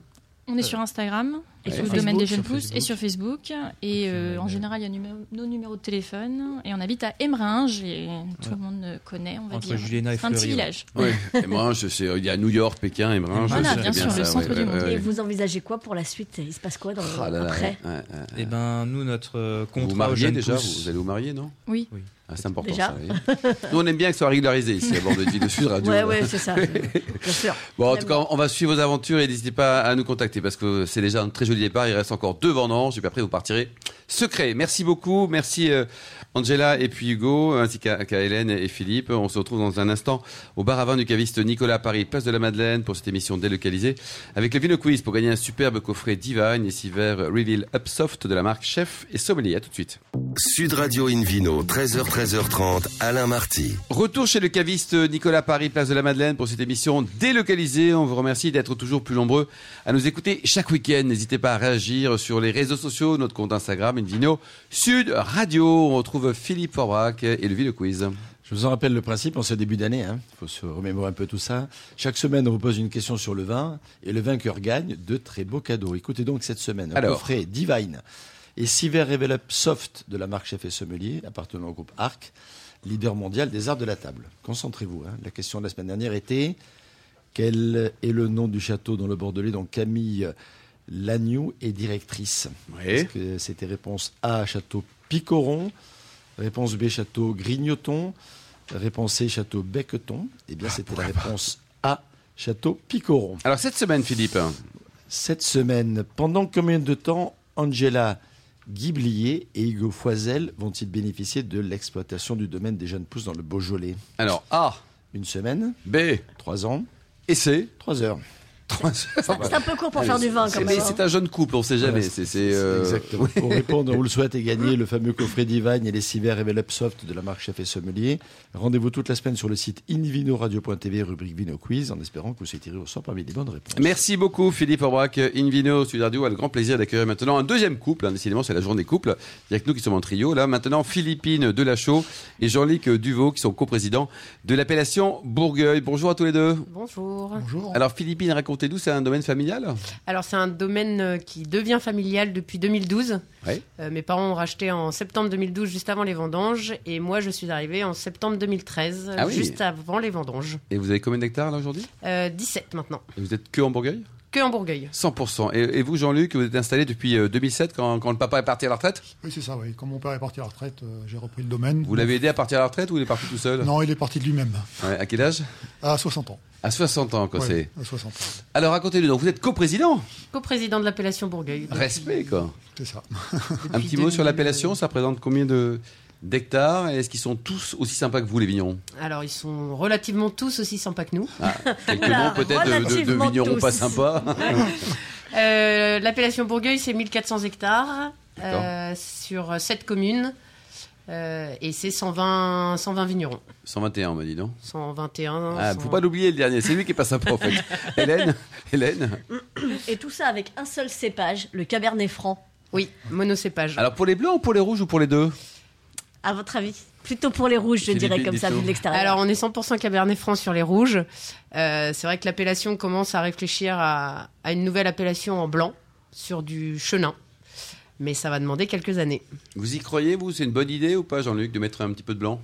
[SPEAKER 6] On est sur Instagram,
[SPEAKER 3] Et
[SPEAKER 6] et
[SPEAKER 3] sur
[SPEAKER 6] sur le domaine
[SPEAKER 3] Facebook,
[SPEAKER 6] des jeunes
[SPEAKER 4] Euh, sur bah,
[SPEAKER 6] pousses, et sur Facebook. Et
[SPEAKER 4] sur
[SPEAKER 6] euh,
[SPEAKER 4] le-
[SPEAKER 6] en général, il y a numéro- nos numéros de téléphone. Et on habite à Emeringes, et tout le monde euh, connaît, on va
[SPEAKER 4] Entre
[SPEAKER 6] dire.
[SPEAKER 4] Juliena et
[SPEAKER 6] C'est un petit
[SPEAKER 4] Fleury, ouais.
[SPEAKER 6] village.
[SPEAKER 2] Oui, Emringe, c'est- il y a New York, Pékin, Emringe.
[SPEAKER 4] Voilà,
[SPEAKER 2] c'est
[SPEAKER 4] bien
[SPEAKER 2] très
[SPEAKER 4] sûr,
[SPEAKER 2] ça,
[SPEAKER 4] le
[SPEAKER 6] centre du monde.
[SPEAKER 3] Et vous envisagez quoi pour la suite Il se passe quoi dans le-
[SPEAKER 2] Ah là là,
[SPEAKER 3] après
[SPEAKER 2] ouais, ouais, ouais.
[SPEAKER 4] Et ben nous notre euh,
[SPEAKER 2] Vous
[SPEAKER 4] contrat
[SPEAKER 2] vous
[SPEAKER 4] aux
[SPEAKER 2] mariez
[SPEAKER 4] jeunes
[SPEAKER 2] déjà
[SPEAKER 4] pousses-
[SPEAKER 2] vous, vous allez vous marier, non
[SPEAKER 6] Oui.
[SPEAKER 2] Ah, C'est important
[SPEAKER 3] Déjà.
[SPEAKER 2] ça. oui. Nous on aime bien que ce soit régularisé ici à bord de Vie de Sud Radio.
[SPEAKER 3] Ouais, ouais, c'est ça. Bien sûr.
[SPEAKER 2] Bon, en
[SPEAKER 3] J'aime
[SPEAKER 2] tout cas, on va suivre vos aventures et n'hésitez pas à nous contacter parce que c'est déjà un très joli départ. Il reste encore deux vendanges et puis après vous partirez secret. Merci beaucoup. Merci euh, Angela et puis Hugo, ainsi qu'à qu'à Hélène et Philippe. On se retrouve dans un instant au bar à vin du caviste Nicolas à Paris, place de la Madeleine pour cette émission délocalisée avec le Vino Quiz pour gagner un superbe coffret Divine et six verres Reveal Upsoft de la marque Chef et Sommelier. À tout de suite.
[SPEAKER 1] Sud Radio Invino, 13h, 13h30, Alain Marty.
[SPEAKER 2] Retour chez le caviste Nicolas Paris, place de la Madeleine, pour cette émission délocalisée. On vous remercie d'être toujours plus nombreux à nous écouter chaque week-end. N'hésitez pas à réagir sur les réseaux sociaux, notre compte Instagram, Invino Sud Radio. On retrouve Philippe Forbrac et le Ville Quiz.
[SPEAKER 5] Je vous en rappelle le principe en ce début d'année. hein. Il faut se remémorer un peu tout ça. Chaque semaine, on vous pose une question sur le vin et le vainqueur gagne de très beaux cadeaux. Écoutez donc cette semaine un
[SPEAKER 2] Alors.
[SPEAKER 5] coffret Divine et six verres Revel Up Soft de la marque Chef et Sommelier appartenant au groupe Arc, leader mondial des arts de la table. Concentrez-vous. hein. La question de la semaine dernière était quel est le nom du château dans le Bordelais dont Camille Lagnou est directrice
[SPEAKER 2] Oui.
[SPEAKER 5] Parce que c'était réponse A, château Picoron. Réponse B, château Grignoton. Réponse C, château Becqueton. Eh bien, c'était la réponse A, château Picoron.
[SPEAKER 2] Alors cette semaine, Philippe,
[SPEAKER 5] Cette semaine, pendant combien de temps Angela Guiblier et Hugo Foisel vont-ils bénéficier de l'exploitation du domaine des jeunes pousses dans le Beaujolais
[SPEAKER 2] alors A,
[SPEAKER 5] Une semaine
[SPEAKER 2] B
[SPEAKER 5] Trois ans
[SPEAKER 2] et C.
[SPEAKER 5] Trois heures
[SPEAKER 2] Trois-
[SPEAKER 3] Ça- C'est un peu court pour faire du vin quand même.
[SPEAKER 2] Mais c'est
[SPEAKER 3] hein.
[SPEAKER 2] un jeune couple, on sait jamais.
[SPEAKER 5] Voilà,
[SPEAKER 2] c'est c'est, euh,
[SPEAKER 5] Exactement. Pour répondre, on vous le souhaite et gagner le fameux coffret Divine et les cyber Revel Up Soft de la marque Chef et Sommelier. Rendez-vous toute la semaine sur le site invinoradio.tv, rubrique Vino Quiz, en espérant que vous soyez tiré au sort parmi les bonnes réponses.
[SPEAKER 2] Merci beaucoup Philippe Aubrac, Invino, Sud Radio, a le grand plaisir d'accueillir maintenant un deuxième couple, hein, décidément c'est la journée couple, il y a que nous qui sommes en trio, là maintenant Philippine Delachaux et Jean-Luc Duvaux qui sont coprésidents de l'appellation Bourgueil. Bonjour à tous les deux.
[SPEAKER 7] Bonjour.
[SPEAKER 2] Alors Philippine, Pompédou, c'est un domaine familial
[SPEAKER 7] Alors c'est un domaine euh, qui devient familial depuis 2012.
[SPEAKER 2] Ouais.
[SPEAKER 7] Euh, mes parents ont racheté en septembre 2012, juste avant les vendanges, et moi je suis arrivée en septembre 2013,
[SPEAKER 2] Ah oui.
[SPEAKER 7] juste avant les vendanges.
[SPEAKER 2] Et vous avez combien d'hectares là aujourd'hui
[SPEAKER 7] Euh, 17 maintenant,
[SPEAKER 2] Et Vous êtes que en Bourgueil
[SPEAKER 7] que en Bourgueil.
[SPEAKER 2] 100%. Et, et vous, Jean-Luc, vous êtes installé depuis euh, 2007 quand, quand le papa est parti à la retraite
[SPEAKER 8] Oui, c'est ça, oui. Comme mon père est parti à la retraite, euh, j'ai repris le domaine.
[SPEAKER 2] Vous l'avez aidé à partir à la retraite ou il est parti tout seul
[SPEAKER 8] Non, il est parti de lui-même,
[SPEAKER 2] Ouais, À quel âge
[SPEAKER 8] à 60 ans.
[SPEAKER 2] À 60 ans, quand c'est.
[SPEAKER 8] Ouais, à 60 ans,
[SPEAKER 2] Alors racontez-nous, donc vous êtes coprésident
[SPEAKER 7] Co-président de l'appellation Bourgueil. depuis-
[SPEAKER 2] Respect, quoi.
[SPEAKER 8] c'est ça.
[SPEAKER 7] depuis
[SPEAKER 2] Un petit mot sur
[SPEAKER 7] 2000,
[SPEAKER 2] l'appellation, ça présente combien de d'hectares et est-ce qu'ils sont tous aussi sympas que vous les vignerons Ah,
[SPEAKER 7] euh, Alors ils sont relativement tous aussi sympas que nous.
[SPEAKER 2] Quelques
[SPEAKER 3] Oula,
[SPEAKER 2] noms peut-être de- de- de,
[SPEAKER 3] relativement
[SPEAKER 2] vignerons
[SPEAKER 3] tous.
[SPEAKER 2] pas sympas.
[SPEAKER 7] Euh, l'appellation Bourgueil, c'est 1400 hectares
[SPEAKER 2] D'accord.
[SPEAKER 7] euh, sur 7 communes. euh, et c'est 120, 120 vignerons.
[SPEAKER 2] 121, on m'a dit, non
[SPEAKER 7] 121.
[SPEAKER 2] ah,
[SPEAKER 7] 100
[SPEAKER 2] Faut pas l'oublier le dernier, c'est lui qui est pas sympa en fait. Hélène Hélène
[SPEAKER 3] Et tout ça avec un seul cépage, le Cabernet Franc.
[SPEAKER 7] Oui, monocépage.
[SPEAKER 2] Alors pour les blancs ou pour les rouges ou pour les deux
[SPEAKER 3] À votre avis Plutôt pour les rouges, je
[SPEAKER 2] Philippe
[SPEAKER 3] dirais comme ça,
[SPEAKER 2] Benito.
[SPEAKER 3] vu de l'extérieur.
[SPEAKER 7] Alors, on est 100% Cabernet Franc sur les rouges. Euh, c'est vrai que l'appellation commence à réfléchir à, à une nouvelle appellation en blanc sur du chenin. Mais ça va demander quelques années.
[SPEAKER 2] Vous y croyez, vous C'est une bonne idée ou pas, Jean-Luc, de mettre un petit peu de blanc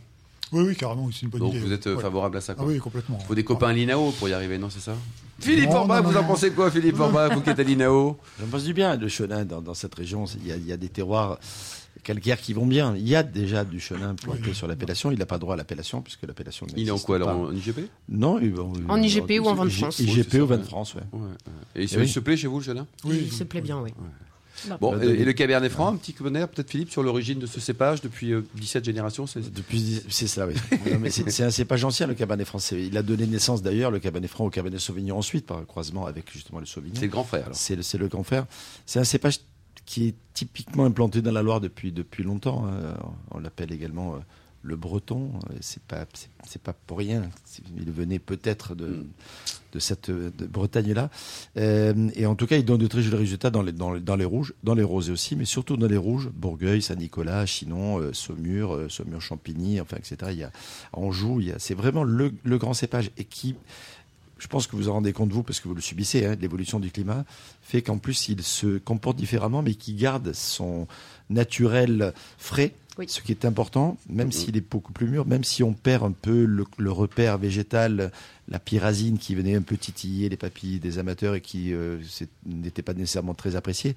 [SPEAKER 8] Oui, oui, carrément, c'est une bonne
[SPEAKER 2] Donc
[SPEAKER 8] idée.
[SPEAKER 2] vous êtes euh,
[SPEAKER 8] Ouais.
[SPEAKER 2] favorable à ça,
[SPEAKER 8] Ah
[SPEAKER 2] quoi
[SPEAKER 8] oui, complètement.
[SPEAKER 2] Faut des copains à l'INAO pour y arriver, non, c'est ça Philippe
[SPEAKER 8] Non,
[SPEAKER 2] Orba,
[SPEAKER 8] non, non,
[SPEAKER 2] vous en
[SPEAKER 8] non.
[SPEAKER 2] pensez quoi, Philippe Orba, vous qui êtes à l'INAO
[SPEAKER 5] J'en pense du bien. Le chenin, dans, dans cette région, il y, a, il y a des terroirs calcaires qui vont bien. Il y a déjà du chenin planté
[SPEAKER 8] Oui.
[SPEAKER 5] sur l'appellation. Il n'a pas droit à l'appellation, puisque l'appellation
[SPEAKER 2] Il est en
[SPEAKER 5] n'existe
[SPEAKER 2] quoi, alors
[SPEAKER 5] pas.
[SPEAKER 2] En IGP
[SPEAKER 5] Non, il- on-
[SPEAKER 7] En IGP ou en
[SPEAKER 5] I-
[SPEAKER 7] vin de France.
[SPEAKER 2] Oui, c'est
[SPEAKER 5] IGP
[SPEAKER 2] ça.
[SPEAKER 5] ou vin de France, ouais.
[SPEAKER 2] Ouais, ouais. Et il se,
[SPEAKER 5] Eh oui.
[SPEAKER 2] il se plaît chez vous, le chenin
[SPEAKER 8] Oui,
[SPEAKER 7] Il se plaît bien, oui.
[SPEAKER 2] Bon,
[SPEAKER 5] Bah,
[SPEAKER 2] et,
[SPEAKER 5] de-
[SPEAKER 2] et le Cabernet Franc, un petit commentaire peut-être Philippe sur l'origine de ce cépage depuis euh, 17 générations. c'est-
[SPEAKER 5] Depuis, dix- c'est ça, oui. Non, mais c'est c'est un cépage ancien, le Cabernet français. Il a donné naissance d'ailleurs, le Cabernet franc, au Cabernet Sauvignon ensuite, par croisement avec justement le Sauvignon.
[SPEAKER 2] C'est le grand frère alors.
[SPEAKER 5] C'est le, c'est le grand frère. C'est un cépage qui est typiquement implanté dans la Loire depuis, depuis longtemps. hein. On l'appelle également euh, le breton. Euh, C'est pas, c'est- c'est pas pour rien. C'est- Il venait peut-être de,
[SPEAKER 2] Mm.
[SPEAKER 5] de cette euh, de Bretagne-là. Euh, et en tout cas, il donne de très jolis résultats dans les, dans, les- dans les rouges, dans les rosés aussi, mais surtout dans les rouges. Bourgueil, Saint-Nicolas, Chinon, euh, Saumur, euh, Saumur-Champigny, enfin, etc. Il y a Anjou. il y a- C'est vraiment le, le grand cépage et qui, je pense que vous en rendez compte, vous, parce que vous le subissez, hein, de l'évolution du climat, fait qu'en plus, il se comporte différemment, mais qui garde son naturel frais,
[SPEAKER 7] Oui.
[SPEAKER 5] ce qui est important,
[SPEAKER 2] Mm-hmm.
[SPEAKER 5] même s'il est beaucoup plus mûr, même si on perd un peu le, le repère végétal, la pyrazine qui venait un peu titiller les papilles des amateurs et qui euh, c'est- n'était pas nécessairement très appréciée.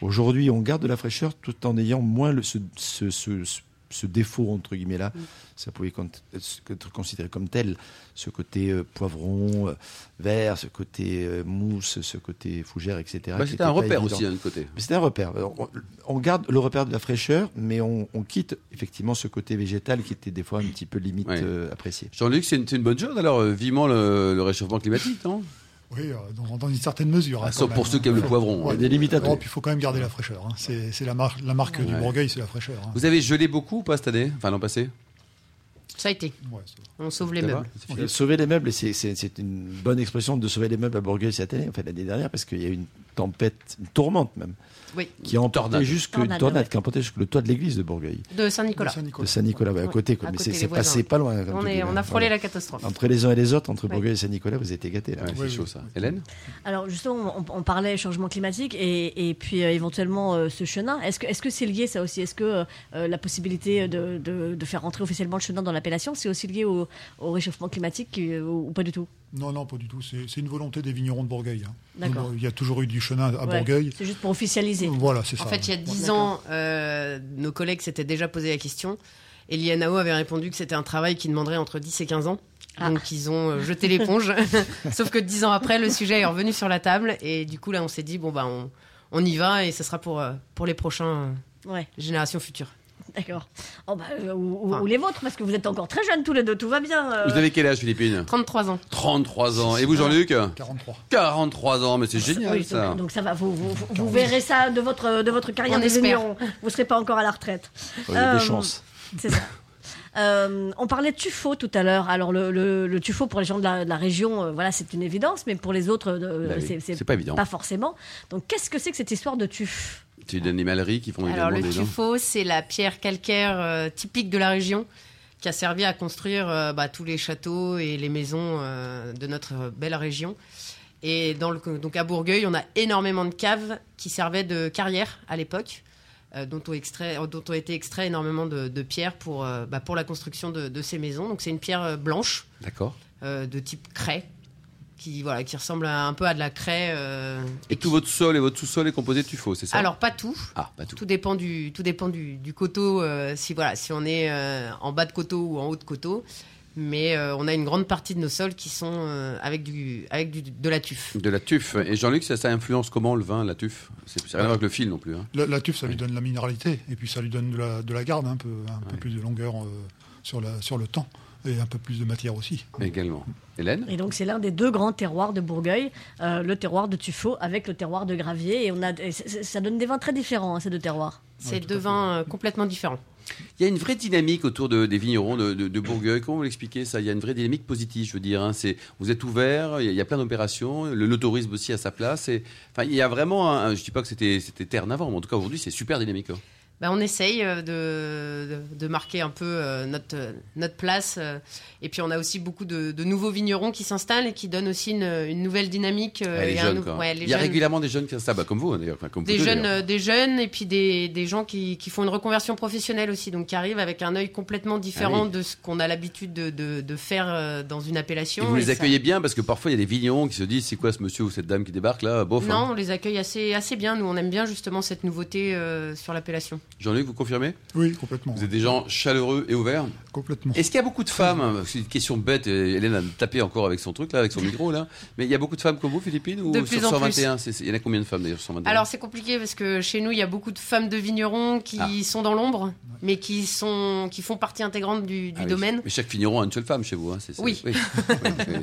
[SPEAKER 5] Aujourd'hui, on garde de la fraîcheur tout en ayant moins le, ce, ce- ce- ce- ce défaut, entre guillemets, là. Ça pouvait con- être considéré comme tel. Ce côté euh, poivron, euh, vert, ce côté euh, mousse, ce côté fougère, etc.
[SPEAKER 2] Bah,
[SPEAKER 5] qui
[SPEAKER 2] C'était
[SPEAKER 5] était
[SPEAKER 2] un
[SPEAKER 5] pas
[SPEAKER 2] repère
[SPEAKER 5] évident.
[SPEAKER 2] aussi d'un autre côté.
[SPEAKER 5] Mais c'est un repère. On, on garde le repère de la fraîcheur, mais on, on quitte effectivement ce côté végétal qui était des fois un petit peu limite
[SPEAKER 2] Ouais.
[SPEAKER 5] euh, apprécié.
[SPEAKER 2] Jean-Luc, c'est une, c'est une bonne chose alors, euh, vivement le, le réchauffement climatique, non
[SPEAKER 8] Oui, euh, dans, dans une certaine mesure. hein,
[SPEAKER 2] Ah, Sauf
[SPEAKER 8] quand même,
[SPEAKER 2] pour ceux qui
[SPEAKER 8] hein.
[SPEAKER 2] aiment le poivron.
[SPEAKER 8] Ouais.
[SPEAKER 2] hein.
[SPEAKER 5] Il y a des limites à tout.
[SPEAKER 8] Non, puis il faut quand même garder la fraîcheur. hein. C'est c'est la, mar- la marque du
[SPEAKER 2] Ouais.
[SPEAKER 8] Bourgueil, c'est la fraîcheur. hein.
[SPEAKER 2] Vous avez gelé beaucoup ou pas cette année Enfin l'an passé
[SPEAKER 7] Ça a été.
[SPEAKER 8] Ouais, c'est-
[SPEAKER 7] On sauve les
[SPEAKER 2] Ça va
[SPEAKER 7] meubles.
[SPEAKER 2] C'est fini
[SPEAKER 5] Euh, Sauver les meubles, et c'est- c'est c'est une bonne expression de sauver les meubles à Bourgueil cette année, enfin l'année dernière, parce qu'il y a eu une tempête, une tourmente même,
[SPEAKER 7] Oui,
[SPEAKER 5] qui a emporté
[SPEAKER 2] Tornade.
[SPEAKER 5] jusque
[SPEAKER 3] Tornade,
[SPEAKER 5] une tornade,
[SPEAKER 3] ouais.
[SPEAKER 5] qui a emporté jusque le toit de l'église de Bourgueil,
[SPEAKER 7] de Saint-Nicolas.
[SPEAKER 8] de Saint-Nicolas.
[SPEAKER 5] de Saint-Nicolas, ouais, à
[SPEAKER 7] Ouais,
[SPEAKER 5] côté, quoi,
[SPEAKER 7] à
[SPEAKER 5] mais
[SPEAKER 7] côté,
[SPEAKER 5] c'est
[SPEAKER 7] les
[SPEAKER 5] c'est passé
[SPEAKER 7] voisins.
[SPEAKER 5] pas loin. comme
[SPEAKER 7] On,
[SPEAKER 5] tu dis,
[SPEAKER 7] est, on
[SPEAKER 5] hein,
[SPEAKER 7] a frôlé
[SPEAKER 5] voilà.
[SPEAKER 7] la catastrophe.
[SPEAKER 5] Entre les uns et les autres, entre
[SPEAKER 7] Ouais.
[SPEAKER 5] Bourgueil et Saint-Nicolas, vous étiez gâtés là.
[SPEAKER 2] Ouais, c'est
[SPEAKER 8] Oui,
[SPEAKER 2] chaud
[SPEAKER 8] oui.
[SPEAKER 2] ça. Hélène
[SPEAKER 3] Alors justement, on, on parlait changement climatique et, et puis euh, éventuellement euh, ce chenin. Est-ce que est-ce que c'est lié ça aussi Est-ce que euh, euh, la possibilité de, de- de faire rentrer officiellement le chenin dans l'appellation, c'est aussi lié au, au réchauffement climatique euh, ou, ou pas du tout
[SPEAKER 8] Non, non, pas du tout. C'est c'est une volonté des vignerons de Bourgueil. hein.
[SPEAKER 3] D'accord.
[SPEAKER 8] Il y a toujours eu du chenin à
[SPEAKER 3] Ouais,
[SPEAKER 8] Bourgueil.
[SPEAKER 3] C'est juste pour officialiser.
[SPEAKER 8] Voilà, c'est ça.
[SPEAKER 7] En fait, il y a
[SPEAKER 3] Ouais,
[SPEAKER 7] 10
[SPEAKER 3] d'accord.
[SPEAKER 7] ans, euh, nos collègues s'étaient déjà posé la question. Et l'INAO avait répondu que c'était un travail qui demanderait entre 10 et 15 ans.
[SPEAKER 3] Ah.
[SPEAKER 7] Donc ils ont euh, jeté l'éponge. Sauf que 10 ans après, le sujet est revenu sur la table. Et du coup, là, on s'est dit, bon, bah, on, on y va et ce sera pour, euh, pour les prochaines
[SPEAKER 3] Ouais,
[SPEAKER 7] générations futures.
[SPEAKER 3] d'accord. Oh, bah, euh, ou, ou-
[SPEAKER 7] Ah.
[SPEAKER 3] ou les vôtres, parce que vous êtes encore très jeunes tous les deux, tout va bien. euh.
[SPEAKER 2] Vous avez quel âge, Philippine
[SPEAKER 7] 33 ans.
[SPEAKER 2] 33 ans. Et vous, Jean-Luc
[SPEAKER 8] 43.
[SPEAKER 2] 43 ans, mais c'est
[SPEAKER 3] Oui,
[SPEAKER 2] génial ça.
[SPEAKER 3] donc, donc ça va, vous, vous, vous- vous verrez ça de votre, de votre carrière
[SPEAKER 7] On
[SPEAKER 3] de
[SPEAKER 7] espère.
[SPEAKER 3] vigneron. Vous serez pas encore à la retraite.
[SPEAKER 5] Il y a des
[SPEAKER 3] Euh,
[SPEAKER 5] chances.
[SPEAKER 3] C'est ça. Euh, on parlait de tuffeau tout à l'heure. Alors le, le, le tuffeau pour les gens de la, de la région, euh, voilà, c'est une évidence, mais pour les autres, euh,
[SPEAKER 2] Bah oui,
[SPEAKER 3] c'est- c'est
[SPEAKER 2] C'est pas évident.
[SPEAKER 3] pas forcément. Donc qu'est-ce que c'est que cette histoire de tuf
[SPEAKER 2] C'est une animalerie qui font
[SPEAKER 7] Alors le
[SPEAKER 2] évidemment des gens.
[SPEAKER 7] tuffeau, c'est la pierre calcaire euh, typique de la région qui a servi à construire euh, bah, tous les châteaux et les maisons euh, de notre belle euh, région. Et dans le- donc à Bourgueil, on a énormément de caves qui servaient de carrière à l'époque, euh, dont, ont extrait- euh, dont ont été extraits énormément de, de pierres pour, euh, bah, pour la construction de, de ces maisons. Donc c'est une pierre euh, blanche
[SPEAKER 2] D'accord.
[SPEAKER 7] euh, de type craie, qui, voilà, qui ressemble à- un peu à de la craie. euh,
[SPEAKER 2] Et tout votre sol et votre sous-sol est composé de tuffeau, c'est ça
[SPEAKER 7] Alors pas tout,
[SPEAKER 2] Ah, pas tout.
[SPEAKER 7] tout dépend du tout dépend du, du coteau euh, si voilà si on est euh, en bas de coteau ou en haut de coteau mais euh, on a une grande partie de nos sols qui sont euh, avec du avec du, de la tuf
[SPEAKER 2] De la tuffe. Et Jean-Luc, ça, ça influence comment le vin, la tuffe C'est c'est rien à voir avec le fil non plus. hein.
[SPEAKER 8] La, la tuffe, ça lui
[SPEAKER 2] Oui.
[SPEAKER 8] donne la minéralité et puis ça lui donne de la, de la garde, hein, un peu, un peu
[SPEAKER 2] Ouais.
[SPEAKER 8] plus de longueur euh, sur, la, sur le temps et un peu plus de matière aussi.
[SPEAKER 2] Également. Hélène
[SPEAKER 3] Et donc c'est l'un des deux grands terroirs de Bourgueil, euh, le terroir de Tuffeau avec le terroir de Gravier. Et, on a, et c'est- c'est- ça donne des vins très différents, hein, ces deux terroirs.
[SPEAKER 7] c'est deux vins euh, complètement différents
[SPEAKER 2] Il y a une vraie dynamique autour de- des vignerons de, de- de Bourgueil. Comment vous l'expliquez ça Il y a une vraie dynamique positive, je veux dire. hein. C'est, vous êtes ouvert, il y a, il y a plein d'opérations, le, le tourisme aussi à sa place. Et, enfin, il y a vraiment, un- un- je ne dis pas que c'était, c'était terre avant, mais en tout cas aujourd'hui c'est super dynamique. hein.
[SPEAKER 7] Bah, on essaye euh, de, de- de marquer un peu euh, notre, euh, notre place. euh, Et puis on a aussi beaucoup de, de nouveaux vignerons qui s'installent et qui donnent aussi une, une nouvelle dynamique. euh,
[SPEAKER 2] Ouais, les
[SPEAKER 7] et un
[SPEAKER 2] jeunes,
[SPEAKER 7] nou-
[SPEAKER 2] quoi.
[SPEAKER 7] ouais, les
[SPEAKER 2] il y a
[SPEAKER 7] jeunes.
[SPEAKER 2] régulièrement des jeunes qui s'installent, bah, comme vous hein, d'ailleurs. enfin, comme vous
[SPEAKER 7] des
[SPEAKER 2] deux,
[SPEAKER 7] jeunes,
[SPEAKER 2] d'ailleurs.
[SPEAKER 7] euh, des jeunes et puis des, des gens qui, qui font une reconversion professionnelle aussi, donc qui arrivent avec un œil complètement différent
[SPEAKER 2] Ah oui.
[SPEAKER 7] de ce qu'on a l'habitude de, de- de faire euh, dans une
[SPEAKER 2] Et
[SPEAKER 7] appellation.
[SPEAKER 2] vous
[SPEAKER 7] Et
[SPEAKER 2] les
[SPEAKER 7] ça-
[SPEAKER 2] accueillez bien parce que parfois il y a des vignerons qui se disent c'est quoi ce monsieur ou cette dame qui débarque là Bof. hein.
[SPEAKER 7] Non, on les accueille assez, assez bien. Nous, on aime bien justement cette nouveauté euh, sur l'appellation.
[SPEAKER 2] Jean-Luc, vous confirmez
[SPEAKER 8] Oui, complètement.
[SPEAKER 2] Vous êtes des gens chaleureux et ouverts.
[SPEAKER 8] Complètement.
[SPEAKER 2] Est-ce qu'il y a beaucoup de femmes hein, C'est une question bête. et Hélène a tapé encore avec son truc là, avec son micro là. Mais il y a beaucoup de femmes comme vous, Philippines, ou
[SPEAKER 7] De
[SPEAKER 2] sur
[SPEAKER 7] plus en
[SPEAKER 2] 121 c'est- c'est- Il y en a combien de femmes d'ailleurs sur 121
[SPEAKER 7] Alors, c'est compliqué parce que chez nous, il y a beaucoup de femmes de vignerons qui
[SPEAKER 2] Ah.
[SPEAKER 7] sont dans l'ombre, mais qui, sont, qui font partie intégrante du, du
[SPEAKER 2] Ah oui.
[SPEAKER 7] domaine.
[SPEAKER 2] Mais chaque vigneron a une seule femme chez vous. hein, c'est- c'est-
[SPEAKER 7] Oui.
[SPEAKER 2] oui. oui.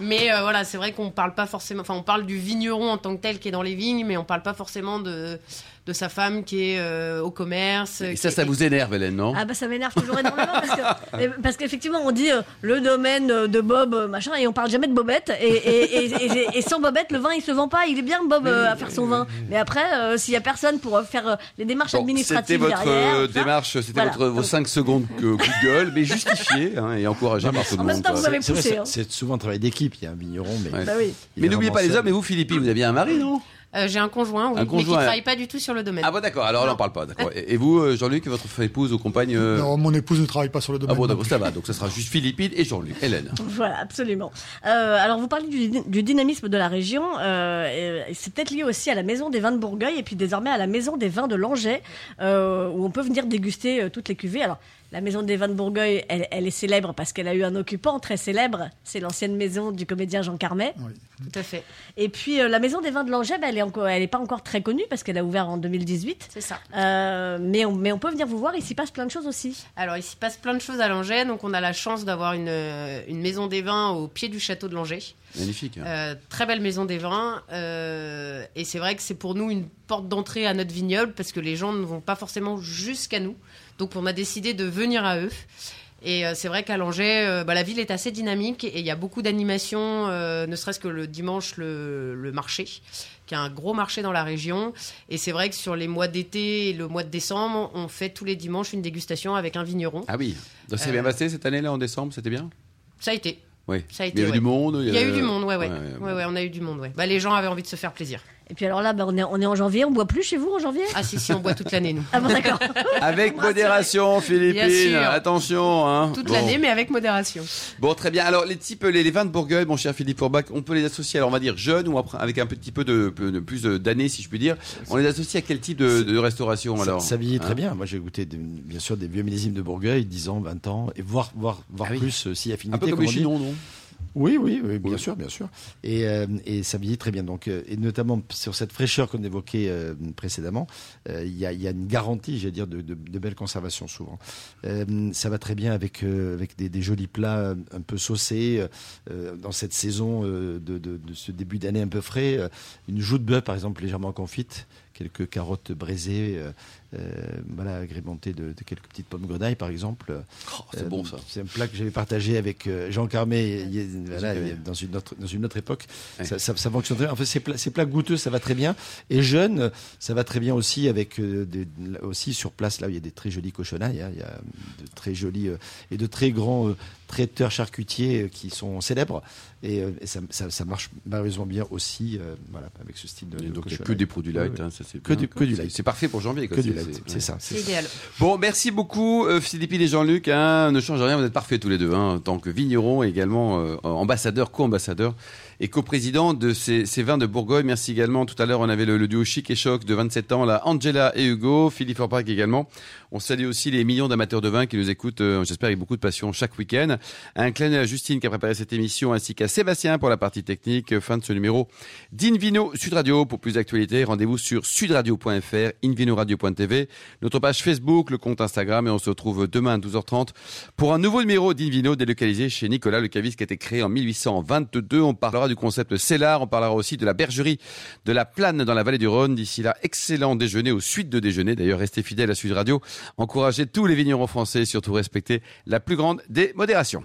[SPEAKER 7] Mais euh, voilà, c'est vrai qu'on parle pas forcément. Enfin, on parle du vigneron en tant que tel qui est dans les vignes, mais on parle pas forcément de, de sa femme qui est euh, au commerce.
[SPEAKER 2] Et
[SPEAKER 7] qui
[SPEAKER 2] ça, ça
[SPEAKER 7] est-
[SPEAKER 2] vous énerve, Hélène, non
[SPEAKER 3] Ah bah ça m'énerve toujours énormément parce que- et- parce qu'effectivement on dit euh, le domaine euh, de Bob euh, machin et on parle jamais de Bobette et, et- et- et- et sans Bobette le vin il se vend pas il est bien Bob euh, à faire son vin mais après euh, s'il y a personne pour euh, faire euh, les démarches
[SPEAKER 2] Bon, C'était
[SPEAKER 3] administratives
[SPEAKER 2] votre
[SPEAKER 3] derrière
[SPEAKER 2] euh,
[SPEAKER 3] tout ça.
[SPEAKER 2] démarche, c'était
[SPEAKER 3] Voilà.
[SPEAKER 2] votre, vos
[SPEAKER 3] Donc-
[SPEAKER 2] 5 secondes que coup de gueule, mais justifiées hein, et encouragées
[SPEAKER 5] Non, mais
[SPEAKER 2] par tout le
[SPEAKER 3] en même
[SPEAKER 2] monde.
[SPEAKER 3] temps,
[SPEAKER 2] quoi.
[SPEAKER 3] vous avez
[SPEAKER 5] C'est vrai,
[SPEAKER 3] poussé,
[SPEAKER 5] c'est-
[SPEAKER 3] hein.
[SPEAKER 5] C'est souvent un travail d'équipe. Il y a un vigneron, mais.
[SPEAKER 2] Ouais.
[SPEAKER 3] bah oui
[SPEAKER 5] il
[SPEAKER 2] Mais
[SPEAKER 5] est
[SPEAKER 2] n'oubliez
[SPEAKER 5] vraiment
[SPEAKER 2] pas les
[SPEAKER 5] seul.
[SPEAKER 2] hommes, et vous, Philippines, vous aviez un mari, non
[SPEAKER 7] Euh, J'ai un conjoint, oui,
[SPEAKER 2] Un
[SPEAKER 7] mais qui
[SPEAKER 2] conjoint,
[SPEAKER 7] travaille pas du tout sur le domaine.
[SPEAKER 2] Ah bon, d'accord, alors on n'en parle pas. d'accord. Et, et vous, euh, Jean-Luc, votre épouse ou compagne euh,
[SPEAKER 8] Non, mon épouse ne travaille pas sur le domaine.
[SPEAKER 2] Ah bon,
[SPEAKER 8] non
[SPEAKER 2] d'accord,
[SPEAKER 8] plus.
[SPEAKER 2] ça va, donc ça sera juste Philippines et Jean-Luc. Hélène.
[SPEAKER 3] Voilà, absolument. Euh, alors, vous parlez du, du dynamisme de la région. euh, et- et c'est peut-être lié aussi à la Maison des Vins de Bourgogne et puis désormais à la Maison des Vins de Langeais, euh, où on peut venir déguster euh, toutes les cuvées. Alors, la Maison des Vins de Bourgogne, elle, elle est célèbre parce qu'elle a eu un occupant très célèbre. C'est l'ancienne maison du comédien Jean Carmet.
[SPEAKER 8] Oui.
[SPEAKER 7] Tout à fait,
[SPEAKER 3] Et puis, euh, la Maison des Vins de Langeais, bah, elle est encore- elle n'est pas encore très connue parce qu'elle a ouvert en 2018.
[SPEAKER 7] c'est ça.
[SPEAKER 3] Euh, mais, on, mais on peut venir vous voir, il s'y passe plein de choses aussi.
[SPEAKER 7] Alors, il s'y passe plein de choses à Langeais, donc on a la chance d'avoir une, euh, une maison des vins au pied du château de Langeais.
[SPEAKER 2] Magnifique. hein.
[SPEAKER 7] Euh, très belle maison des vins. euh, et c'est vrai que c'est pour nous une porte d'entrée à notre vignoble parce que les gens ne vont pas forcément jusqu'à nous. Donc on a décidé de venir à eux. Et euh, c'est vrai qu'à Langeais, euh, bah, la ville est assez dynamique et il y a beaucoup d'animations, euh, ne serait-ce que le dimanche, le, le marché, qui est un gros marché dans la région. Et c'est vrai que sur les mois d'été et le mois de décembre, on fait tous les dimanches une dégustation avec un vigneron.
[SPEAKER 2] Ah oui, donc c'est bien
[SPEAKER 7] Euh,
[SPEAKER 2] passé cette année-là en décembre, c'était bien
[SPEAKER 7] Ça a été.
[SPEAKER 2] Oui.
[SPEAKER 7] Ça a été,
[SPEAKER 2] il y avait
[SPEAKER 7] ouais.
[SPEAKER 2] du monde. euh,
[SPEAKER 7] Il y a eu du monde, ouais, ouais.
[SPEAKER 2] Ouais,
[SPEAKER 7] Ouais, ouais, on a eu du monde, ouais. Bah, les gens avaient envie de se faire plaisir.
[SPEAKER 3] Et puis, alors là, bah, on, est, on est en janvier, on boit plus chez vous en janvier
[SPEAKER 7] Ah si, si, on boit toute l'année, nous.
[SPEAKER 3] Ah bon, d'accord.
[SPEAKER 2] Avec modération,
[SPEAKER 7] Bien
[SPEAKER 2] Philippines.
[SPEAKER 7] sûr.
[SPEAKER 2] Attention. Hein.
[SPEAKER 7] Toute
[SPEAKER 2] Bon.
[SPEAKER 7] l'année, mais avec modération.
[SPEAKER 2] Bon, très bien. Alors, les types, les, les vins de Bourgogne, mon cher Philippe Fourbac, on peut les associer, alors on va dire jeunes ou après, avec un petit peu de, de- plus de- d'années, si je puis dire. On les associe à quel type de, de restauration
[SPEAKER 5] Ça-
[SPEAKER 2] alors
[SPEAKER 5] ça vieillit très
[SPEAKER 2] Hein
[SPEAKER 5] bien. Moi, j'ai goûté des- bien sûr des vieux millésimes de Bourgogne, 10 ans, 20 ans, et voire, voire, voire
[SPEAKER 2] Ah oui.
[SPEAKER 5] plus euh, si affinité.
[SPEAKER 2] Un peu comme
[SPEAKER 5] comme
[SPEAKER 2] les
[SPEAKER 5] on dit.
[SPEAKER 2] chinons,
[SPEAKER 5] Euh,
[SPEAKER 2] non
[SPEAKER 5] Oui, oui, oui, bien
[SPEAKER 2] Oui.
[SPEAKER 5] sûr, bien sûr. Et, euh, et ça vieillit très bien. Donc, euh, et notamment sur cette fraîcheur qu'on évoquait euh, précédemment, euh, il y, a, il y a une garantie, j'allais dire, de, de, de belle conservation souvent. Euh, ça va très bien avec, euh, avec des, des jolis plats euh, un peu saucés. euh, dans cette saison euh, de, de- de ce début d'année un peu frais, euh, une joue de bœuf, par exemple, légèrement confite, quelques carottes braisées, euh, euh, voilà, agrémentées de, de quelques petites pommes grenailles, par exemple.
[SPEAKER 2] Oh, C'est
[SPEAKER 5] Euh,
[SPEAKER 2] bon ça.
[SPEAKER 5] C'est un plat que j'avais partagé avec euh, Jean Carmé il y a- voilà,
[SPEAKER 2] Carmé.
[SPEAKER 5] il y a- dans, une autre, dans une autre époque.
[SPEAKER 2] Ouais.
[SPEAKER 5] Ça, ça, ça fonctionne très bien. En fait, ces plats, ces plats goûteux, ça va très bien. Et jeunes, ça va très bien aussi avec euh, des- là aussi sur place. Là, où il y a des très jolis cochonailles, hein, il y a de très jolis euh, et de très grands euh, traiteurs charcutiers euh, qui sont célèbres. Et, euh, et ça, ça- ça marche merveilleusement bien aussi euh, voilà, avec ce style de. de
[SPEAKER 2] Donc, il y a
[SPEAKER 5] cochonnerie.
[SPEAKER 2] que des produits light.
[SPEAKER 5] Ouais,
[SPEAKER 2] hein, ça, c'est
[SPEAKER 5] Que
[SPEAKER 2] bien.
[SPEAKER 5] du- que du light.
[SPEAKER 2] C'est parfait pour janvier.
[SPEAKER 5] Que
[SPEAKER 2] quoi.
[SPEAKER 5] du light, c'est ça.
[SPEAKER 7] C'est idéal.
[SPEAKER 2] Bon, merci beaucoup euh, Philippe et Jean-Luc. hein. ne change rien, vous êtes parfaits tous les deux, hein, en tant que vignerons et également euh, ambassadeurs, co-ambassadeurs et co-présidents de ces, ces vins de Bourgogne. Merci également. Tout à l'heure, on avait le, le duo Chic et Choc de 27 ans, là, Angela et Hugo, Philippe Orpac également. On salue aussi les millions d'amateurs de vin qui nous écoutent, euh, j'espère, avec beaucoup de passion chaque week-end. Un clin d'œil à Justine qui a préparé cette émission, ainsi qu'à Sébastien pour la partie technique. Euh, Fin de ce numéro d'Invino Sud Radio. Pour plus d'actualités, rendez-vous sur sudradio.fr, invinoradio.tv, notre page Facebook, le compte Instagram et on se retrouve demain à 12h30 pour un nouveau numéro d'Invino délocalisé chez Nicolas Lecavis qui a été créé en 1822. On parlera du concept Cellar, on parlera aussi de la bergerie de la Plane dans la vallée du Rhône. D'ici là, excellent déjeuner aux suites de déjeuner. D'ailleurs, restez fidèles à Sud Radio, encouragez tous les vignerons français et surtout respectez la plus grande des modérations.